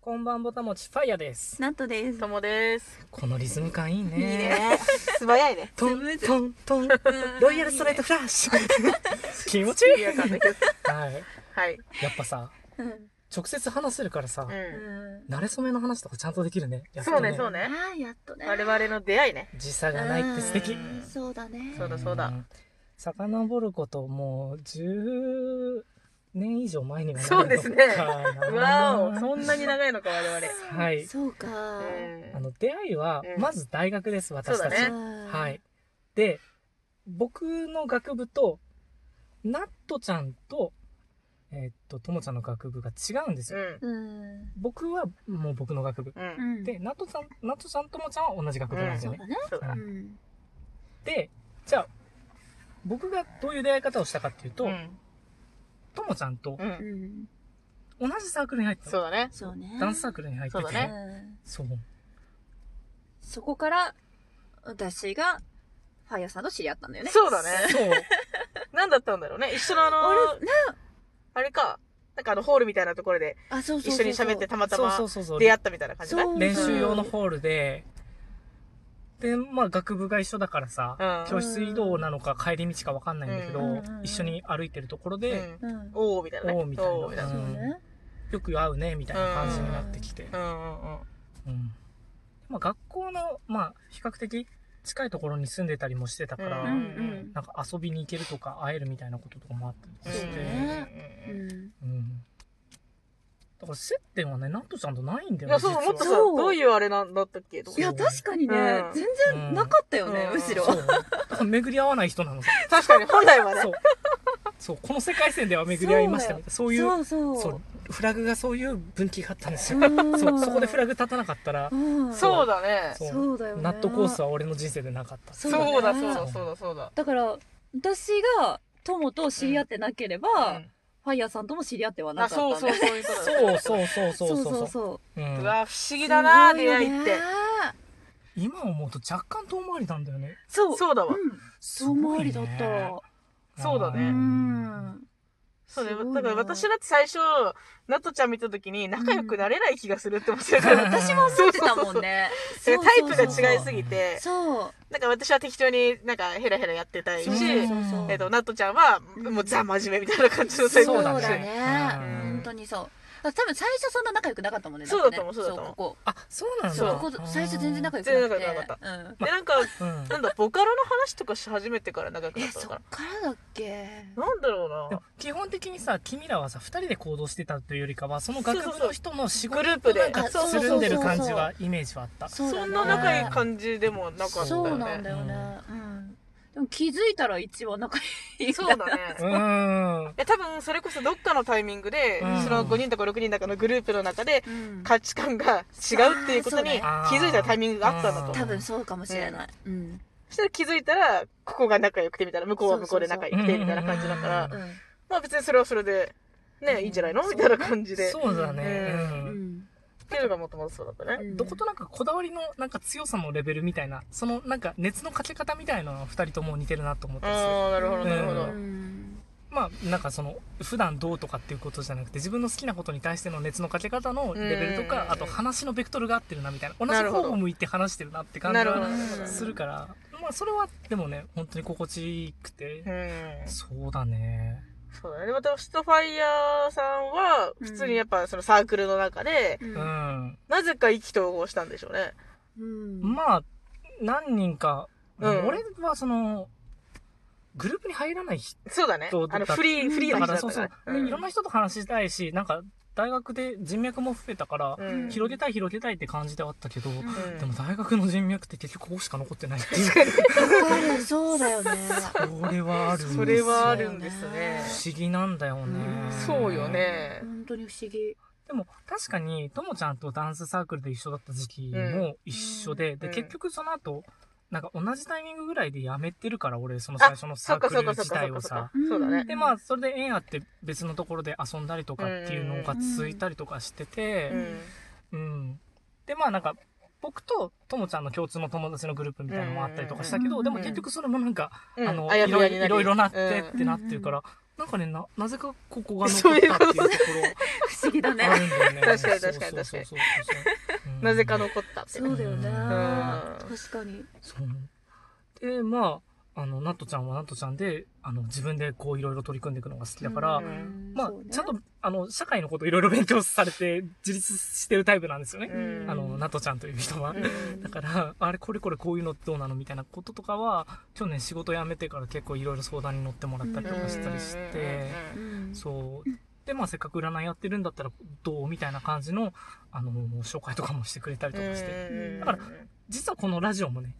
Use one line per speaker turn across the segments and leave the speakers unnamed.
こんばんぼたもちファイヤーです。
ナットです。
ともです。
このリズム感いいね。
ね。素早いね。
トントント ン。ロイヤルストレートフラッシュ。気持ちい
い
い。
や感だけど。
はい。
はい。
やっぱさ、
うん。
直接話せるからさ、
う
慣れ初めの話とかちゃんとできるね。や
ん。
っぱ
そう
り
ね、そうね。
ああ、やっとね。
我々の出会いね。
時差がないって素敵
う。ん
そうだね。
そうだそうだ
ん。遡ることもう10年以上前にはなる
そうですね
のかな
わお、そんなに長いのか、我々。
はい。
そうか。
あの、出会いは
う、ん
まず大学です、私たち。
そうだね
は
は。い。で、僕の学部と、ナットちゃんと、えーっと、ともちゃんの学部が違うんです
う
よ。
ん。
うん。
僕はもう僕の学部。
うん。
うん
で、ナットさん、ナットちゃんともちゃんは同じ学部なんです
そ
よ
う
ね。
だね。
そうだ
う。ん。
で、じゃあ、僕がどういう出会い方をしたかっていうと
う、ん。
ともちゃんと
う。
うんん。
同じサークルに入って
そ
た
うだね。
そうね。
ダンスサークルに入って
そう
て
だね。
うん
そう。
そこから、私が、ファイヤーさんと知り合ったんだよね。
そうだね。
そう。
何だったんだろうね。一緒のあの、
あれな
あれか。なんかあの、ホールみたいなところで、
あ、そうそう
一
そう
緒
そう。
に喋ってたまた
そうそ
ま
うそうそう。
出会ったみたいな感じだね。
そう
練習用のホールで、で、まあ学部が一緒だからさ、
うん
教室移動なのか帰り道かわかんないんだけど、
うんうんうん
一緒に歩いてるところ
う
で、
ん。
うん。
おーみたいなね。
おーみたいな
おーみたい
そう
な。
ね。
よく会うね、みたいな感じになってきて。
うんうんうん。
うんまあ学校の、まあ比較的近いところに住んでたりもしてたから、
う
うんん
なんか遊びに行けるとか会えるみたいなこととかもあったりして、
そう
うん
ねうん。うん。
うんだから接点はね、ナットちゃんとないんだ
い
よ
や、そう、もっとさ、
そう
どういうあれなんだったっけと
い
か
や、確かにね、
うん
全然なかったよね、
うん
むしろ。
そう。だから巡り合わない人なのさ。
確かに、本来はね
そ。う。そう、この世界線では巡り合いましたみたいな。そういう、
うそう
そう、フラグがそういう分岐があったんですよ。
ん
そう、そこでフラグ立たなかったら
う、ん
そうだね。
そう
そうだよね
ナットコースは俺の人生でなかった。
そ
そうう
だね
だ、そうだ、そうだ、そうだ。
だから私が友と知り合ってなければ、
うん
ファイヤーさんとも知り合ってはなか
あ、
ったん
そう
だ
そう、そういうことだね。
そうそうそうそうそうそう
そう
うん
うわ、不思議だな、
すご
出
よ
会
ね
いって。
今思うと若干遠回りなんだよね。
そう
そうだわ。
うん
す
遠
ご
回
いね
りだった
そうだ
う
ね。
ん
そうね
すごい。な
だから私だって最初、なとちゃん見たときに仲良くなれない気がするって思ってた
う
か
ん
ら。
私も思ってたもん ね
タ
そう
イプ
そうそう
が違いすぎて、
そう
なんか私は適当になんかヘラヘラやってたいし
そう、そうそうそう
うん
えっと、なとちゃんは
うん
もうザ真面目みたいな感じのタイプ
そう
だ
だ
し
ね
うん
本当にそうだから多分最初そんな仲良くなかったもんね
そうだ
ね
と思うそうだと思う
ここ
あ、そうなんだ。
そうここ最初全然仲良くなくて
全然仲良くなか
うん
で、なんか、
うん
なんだ、ボカロの話とかし始めてから長くな
え
ったの
そっ
か
からだっけ
な。なんだろう
で
な
も。基本的にさ、君らはさ、二人で行動してたというよりかは、その学部の人の仕事
グループで
なんかつるんでる感じ
あ
は、イメージはあった。
そうだね
そんな仲いい感じでもなかった
そう
よ
なんだ
ね。
よねうんでも気づいたら一番仲いい
そうだね。
うーん。
え多分それこそどっかのタイミングで、
うん
その5人とか6人だかのグループの中で
うん
価値観が違うっていうことに気
あーそうね
づいたタイミングがあったんだ
あー
と思う
多分そうかもしれないうん
そしたら気づいたらここが仲良くてみたいな向こうは向こうで仲良くてみたいな感じだか
う
ら
ん
まあ別にそれはそれで
うん
ねいいんじゃないの
そう
み
ね
たいな感じでっ
そうだね。う
う
ん
うん
ていうのがもともとそうだったね
どことなくこだわりのなんか強さのレベルみたいな、そのなんか熱のかけ方みたいなのは二人とも似てるなと思ったんですよ。
ああなるほどなるほ
う
ど
ん
まあなんかその普段どうとかっていうことじゃなくて自分の好きなことに対しての熱のかけ方のレベルと
う
か
ん
あと話のベクトルが合ってるなみたいな同
な
じ
るほど
方を向いて話してるなって感じ
なるほど
が
なるほど
するからまあそれはでもね本当に心地いくて
う、ん
そうだね
そうだねまたストファイヤーさんは普通にやっぱそのサークルの中で
う
うんん、
なぜか意気投合したんでしょうね
うん
まあ何人か、
うん
俺はそのグループに入らない人
そうだね
そう
あの
だ
フリーフリー
だ
な
か
人だ
らそう
った
そ
ね
う、
うん
いろんな人と話したいしなんか大学で人脈も増えたから、
うん
広げたい広げたいって感じではあったけど、
うん
でも大学の人脈って結局ここしか残ってないっていう
わかるそうだよね
これはあるんですよ
それはあるんですね。
不思議なんだよね
うん
そうよね。
本当に不思議
でも確かにともちゃんとダンスサークルで一緒だった時期も一緒で、で
うん
結局その後なんか同じタイミングぐらいで辞めてるから俺その最初のサークル自体をさ
うん
そうだね。
でまあそれで縁あって別のところで遊んだりとかっていうのが続いたりとかしてて、
う
う
ん
ん。
うん。で、まあなんか、僕とともちゃんの共通の友達のグループみたいなのもあったりとかしたけど、
うん
でも結局それもなんか、
うん
あの、
あ
い
やふ
ろ
や
い
に
ろ
なり
いろいろなって
うん
ってなってるから、なんかね、な、なぜかここが残ったっていうとこ
不思議だ
ろ
ね
あ。るんだよね。
確かに確かに確か
そ
に
うそうそうそう
なぜか。残ったって
そうだよね。
うん
確かに。
うんそう。で、まあ、あの、ナットちゃんはナットちゃんで、あの、自分でこういろいろ取り組んでいくのが好きだから、
ん
まあ、ちゃんと、あの、社会のこといろいろ勉強されて、自立してるタイプなんですよね。
うん
あの、ナットちゃんという人は。
うん
だから、あれ、これこれこういうのどうなのみたいなこととかは、去年仕事辞めてから結構いろいろ相談に乗ってもらったりとかしたりして、
うん
そう。で、まあ、せっかく占いやってるんだったら、どうみたいな感じの、あの、紹介とかもしてくれたりとかして。
うん
だから実はこのラジオもね、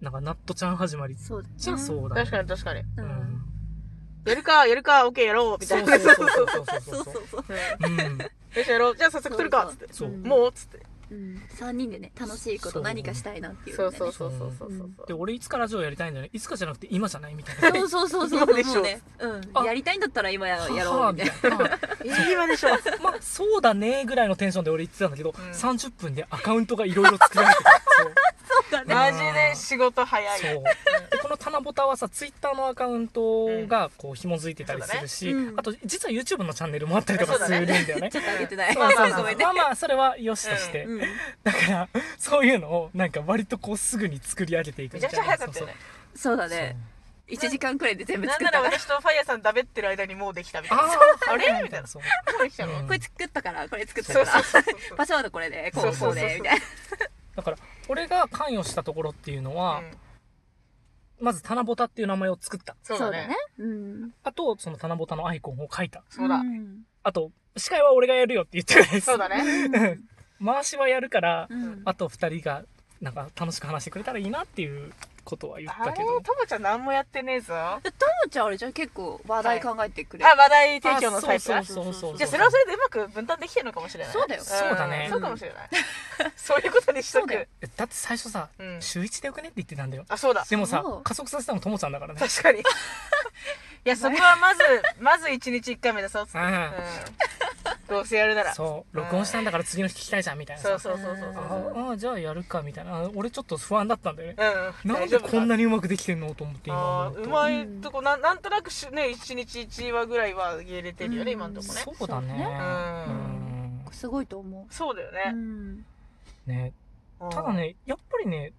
なんか、ナットちゃん始まり。
そうだね。
じゃあそうだ、ね。
確かに確かに
う。
うんん。
やるかやるか OK やろうみた
そ
いうな
そうそう
よ
そう
そ
そうう
そ
そうう。
そう。
うん。
しやろうじゃあ早速撮るかっつって
そう。
ん
もうっつって
うん。三人でね、楽しいこと
そう
何かしたいなっていう
そ
の
う
でね。
そうそうそうそうそう
で、俺いつからラジオやりたいんだよね。いつかじゃなくて今じゃないみたいな。
そうそうそうそう。
今でしょ
もうね。うん。
あ
やりたいんだったら今ややろ
は
う
あ
みたいな。
みたいな。
今でしょ
あまあ、そうだねぐらいのテンションで俺言ってたんだけど、
ん
30分でアカウントがいろいろ作られてた。そう
そうだね。
マジで仕事早い
そうでこのタナボタはさツイッターのアカウントがこう紐づいてたりするし、
うんそうだねうん
あと実は YouTube のチャンネルもあったりとかするんだよね
ちょっと上げてな い。
そうそう
ご
そ
め
うん
ね
ま。あまあそれはよしとして、
うん。
だからそういうのをなんか割とこうすぐに作り上げていく
め
み
ち
た
ゃ
い
く
な
ちゃ早かったよね
そうだ
そうそう
ね。一時間くらいで全部
なん
作っ
なら
たから。
私とファイヤーさんだべってる間にもうできたみたいな
あー
あれみたいな
そう
もうできたの
うん
これ作ったから、これ作ったか
そうそう
ら。
そうそう
パスワードこれで、こ
そう
うこ
そううそう
で、みたいな。
だから俺が関与したところっていうのは、まずタナボタっていう名前を作った
そうだね。
うん。
あとそのタナボタのアイコンを書いた
そうだ
ん
あと司会は俺がやるよって言ってるんです
そうだね
うん
回しはやるから、
うん
あと2人がなんか楽しく話してくれたらいいなっていうことは言っ
あ
た
れ
けど
ともちゃん何もやってねえぞあ
えともちゃんあれじゃん結構話題考えてくれる、
話題提供のタイプ
あそうそうそうそう
じゃあそれはそれでうまく分担できてるのかもしれない
そうだよ
ん
そうだね
そうかもしれないそういうことにしと
そうだよ
く
えだって最初さ、
うん
週1でよくねって言ってたんだよ
あそうだ
でもさ
そう
加速させたのともちゃんだからね
確かにいやそこはまずまず1日1回目出そうっつって
あ
うんどうせやるならそう
そう録音したんだから次の日聞きたいじゃんみたいな
そう
さ
そうそうそう
あ
うん
あじゃあやるかみたいなあ俺ちょっと不安だったんだよねな
大
んで
丈夫か
こんなにうまくできてんのと思って今
あ
思
ー
う
う
と
まいとこななんとなくしね1日1話ぐらいは入れてるよね
うん
今んとこね
そうだね
そうね
う
う
ん
ん
すごいと思
そうだよ
う、う
ね
ん、
ね
うん
ただねやっぱりね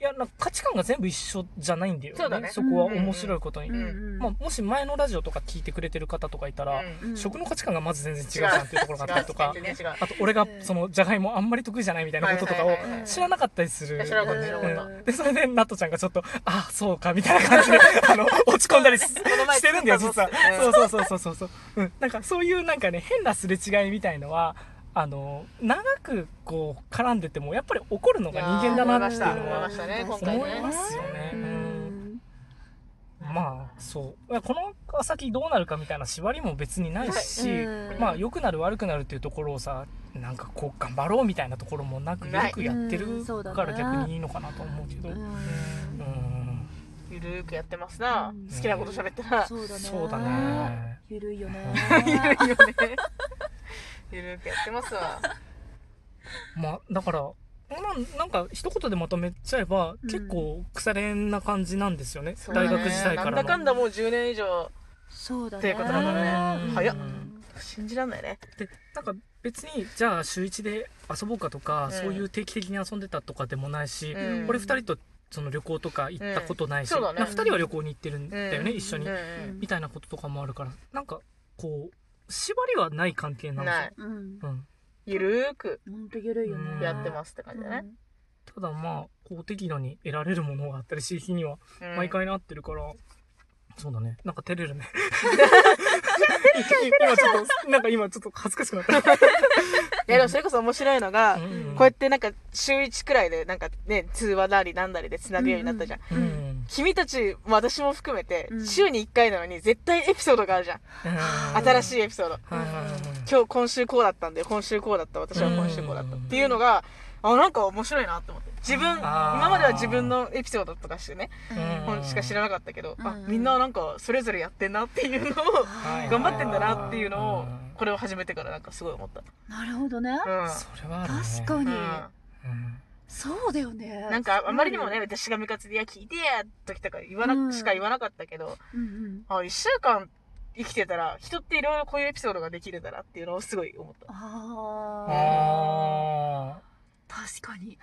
いやなんか価値観が全部一緒じゃないんだよね
そうだね
そこは面白いことに、
うんうん
まあ、もし前のラジオとか聞いてくれてる方とかいたら、
うん
うん
食の価値観がまず全然違うじゃんっていうところがあったりとか
違う違う違う
あと俺がそのじゃがいもあんまり得意じゃないみたいなこととか
は
を
いはい
はいはい
知らなかったりする、
知らなかった知らなか
った
うんでそれでナットちゃんがちょっとあそうかみたいな 感じであの落ち込んだりし
この前
してるんだよ
作っ
実
たぞ
は
って、
そうそうそうそうそうそう、うん、なんかそういうなんかね変なすれ違いみたいのはあの長くこう絡んでてもやっぱり怒るのが人間だなっていう
い
の
やー
は
思いましたね今回ね
思いますよね。
う
うん
ん
まあそうこの先どうなるかみたいな縛りも別にないし、
うん
まあ良くなる悪くなるっていうところをさなんかこう頑張ろうみたいなところもなくよ
ない
くやって
うん
る
そうだね
から逆にいいのかなと思うけど、
う
うん
ん
ゆるーくやってますな
うん
好きなこと喋ったら
そうだね
そうだね
ゆるいよね
ゆ るいよねゆるーくやってますわ
まあだからまあなんか一言でまとめちゃえば、
うん
結構腐れ縁な感じなんですよね
そうだね
大学時代か
な
ら
んだかん
の。
だもう10年以上
そうだね
っていうことなんだ
ね
うん
早っ
信じらんないね
でなんか別にじゃあ週一で遊ぼうかとか、
うん
そういう定期的に遊んでたとかでもないし、
うん
俺二人とその旅行とか行ったことないし、
うん
な
そ
ん
うだ
か
ね
二人は旅行に行ってるんだよね、
うん
一緒に、
うん
みたいなこととかもあるからなんかこう縛りはない関係なんですよ
ない
うん
うん、
ゆるーく
ほんとゆるいよね
やってますって感じだね
ただまあこう適度に得られるものがあったりし日には
うん
毎回なってるから、そうだねなんか照れるね今ちょっとなんか今ちょっと恥ずかしくなった、
いやでもそれこそ面白いのが
うんうん
こうやってなんか週1くらいでなんかね通話なりなんなりでつなぐようになったじゃん
うんうん
君たちも私も含めて
うん
週に1回なのに絶対エピソードがあるじゃん新しいエピソード
はいはいはい
今日今週こうだったんだよ今週こうだった私は今週こうだったっていうのがあなんか面白いなって思って自分
あー
今までは自分のエピソードとかしてね
うん
本しか知らなかったけどあ
うん
みんななんかそれぞれやってんなっていうのを
はい
頑張ってんだなっていうのを
うん
これを始めてからなんかすごい思った
なるほどね
うん
それはあるね
確かに
うん
う
そうだよね
んなんかあまりにもね私が部活で「いや聞いてや」時とか言わ
うん
なしか言わなかったけど
うんうん
あ1週間生きてたら、人っていろいろこういうエピソードができるんだなっていうのをすごい思った。
ああ。
あ
確かに。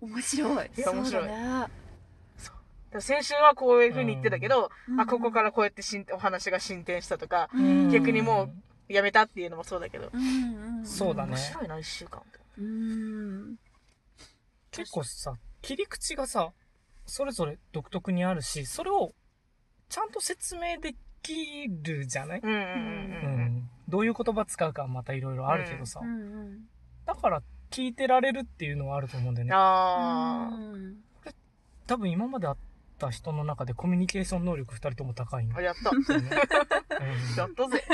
面白い。
いや面白い
そうだね
でも先週はこういう風に言ってたけど、
うん
あ、ここからこうやってしんお話が進展したとか、
ーうん
逆にもやめたっていうのもそうだけど。
うんうんん
そうだね
面白いな、一週間って。
うん。
結構さ切り口がさそれぞれ独特にあるしそれをちゃんと説明できるじゃない、
うんうん
う
うんうん。
ん、どういう言葉使うかはまたいろいろあるけどさ、
うんうん。
だから聞いてられるっていうのはあると思うんだよね
あ
うん
多分今まで会った人の中でコミュニケーション能力2人とも高いん
ー、
だ
あ
よ
や った。
ね、うん
や
い
ったぜ。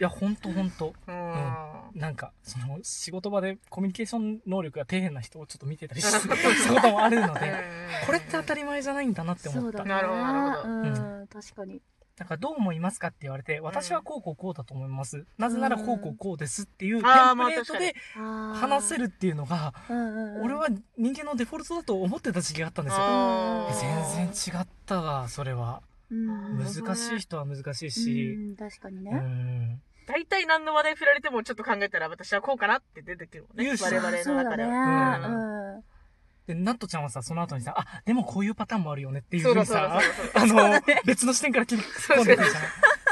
やほんとほんと
うん。
なんかその仕事場でコミュニケーション能力が底辺な人をちょっと見てたりするしたこともあるのでこれって当た
り。
り前じゃないんだなって
そ
思っ
う
た
だね。
なるほどなるほど
うん。確かに。
なんかどう思いますかって言われて、私はこうこうこうだと思います。なぜならこうこうこうですっていうテン
あーま
プ
あ
レートで話
話
せ。るっていうのが、
うんうんうん
俺。は人間のデフォルトだと思ってた時期があったんですよ。
あー
全然違ったわ、それは。
うん
むず
難しい人は難しい
うん
し。
うん確かに
う
ね。
ん。
大体何の話題振られてもちょっと考えたら私はこうかなって出てくるもんね。
言うし
我々
そ
の
うだ
中では。
ね。
う
うん。
で、ナットちゃんはさ、その後にさ、あ、でもこういうパターンもあるよねっていう
そ
ふう
うだ
に
そう
さ
だ、
あ
そうだ
の
ね、
別の視点から切り込んでくるじゃん。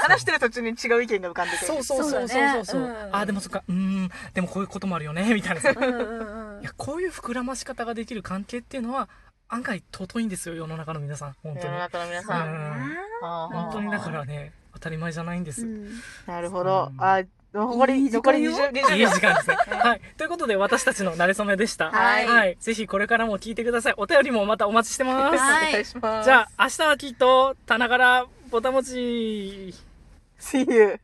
話してる途中に違う意見が浮かんでくる。
そうそうそうそうそうそ
そう
う。
だねうん
あ、でもそっか、うーん、でもこういうこともあるよね、みたいなさ。
うんうんうん
いや、こういう膨らまし方ができる関係っていうのは、案外尊いんですよ、世の中の皆さん。本当
世
に
の。中の皆
そう
さ
だ
ん。
ね
あー
本当にだからね、当たり前じゃないんです。
うん
なるほど
う。ん
あ、残
い
り、
い時
残
間
り
よ
20、
い
20
い
秒。
時間ですね。はい。ということで、私たちの馴れ初めでした。
はい
ぜひこれからも聞いてください。お便りもまたお待ちしてま
お
す。
はい
願いします。
じゃあ、明日はきっと、棚からぼたもち。
See you.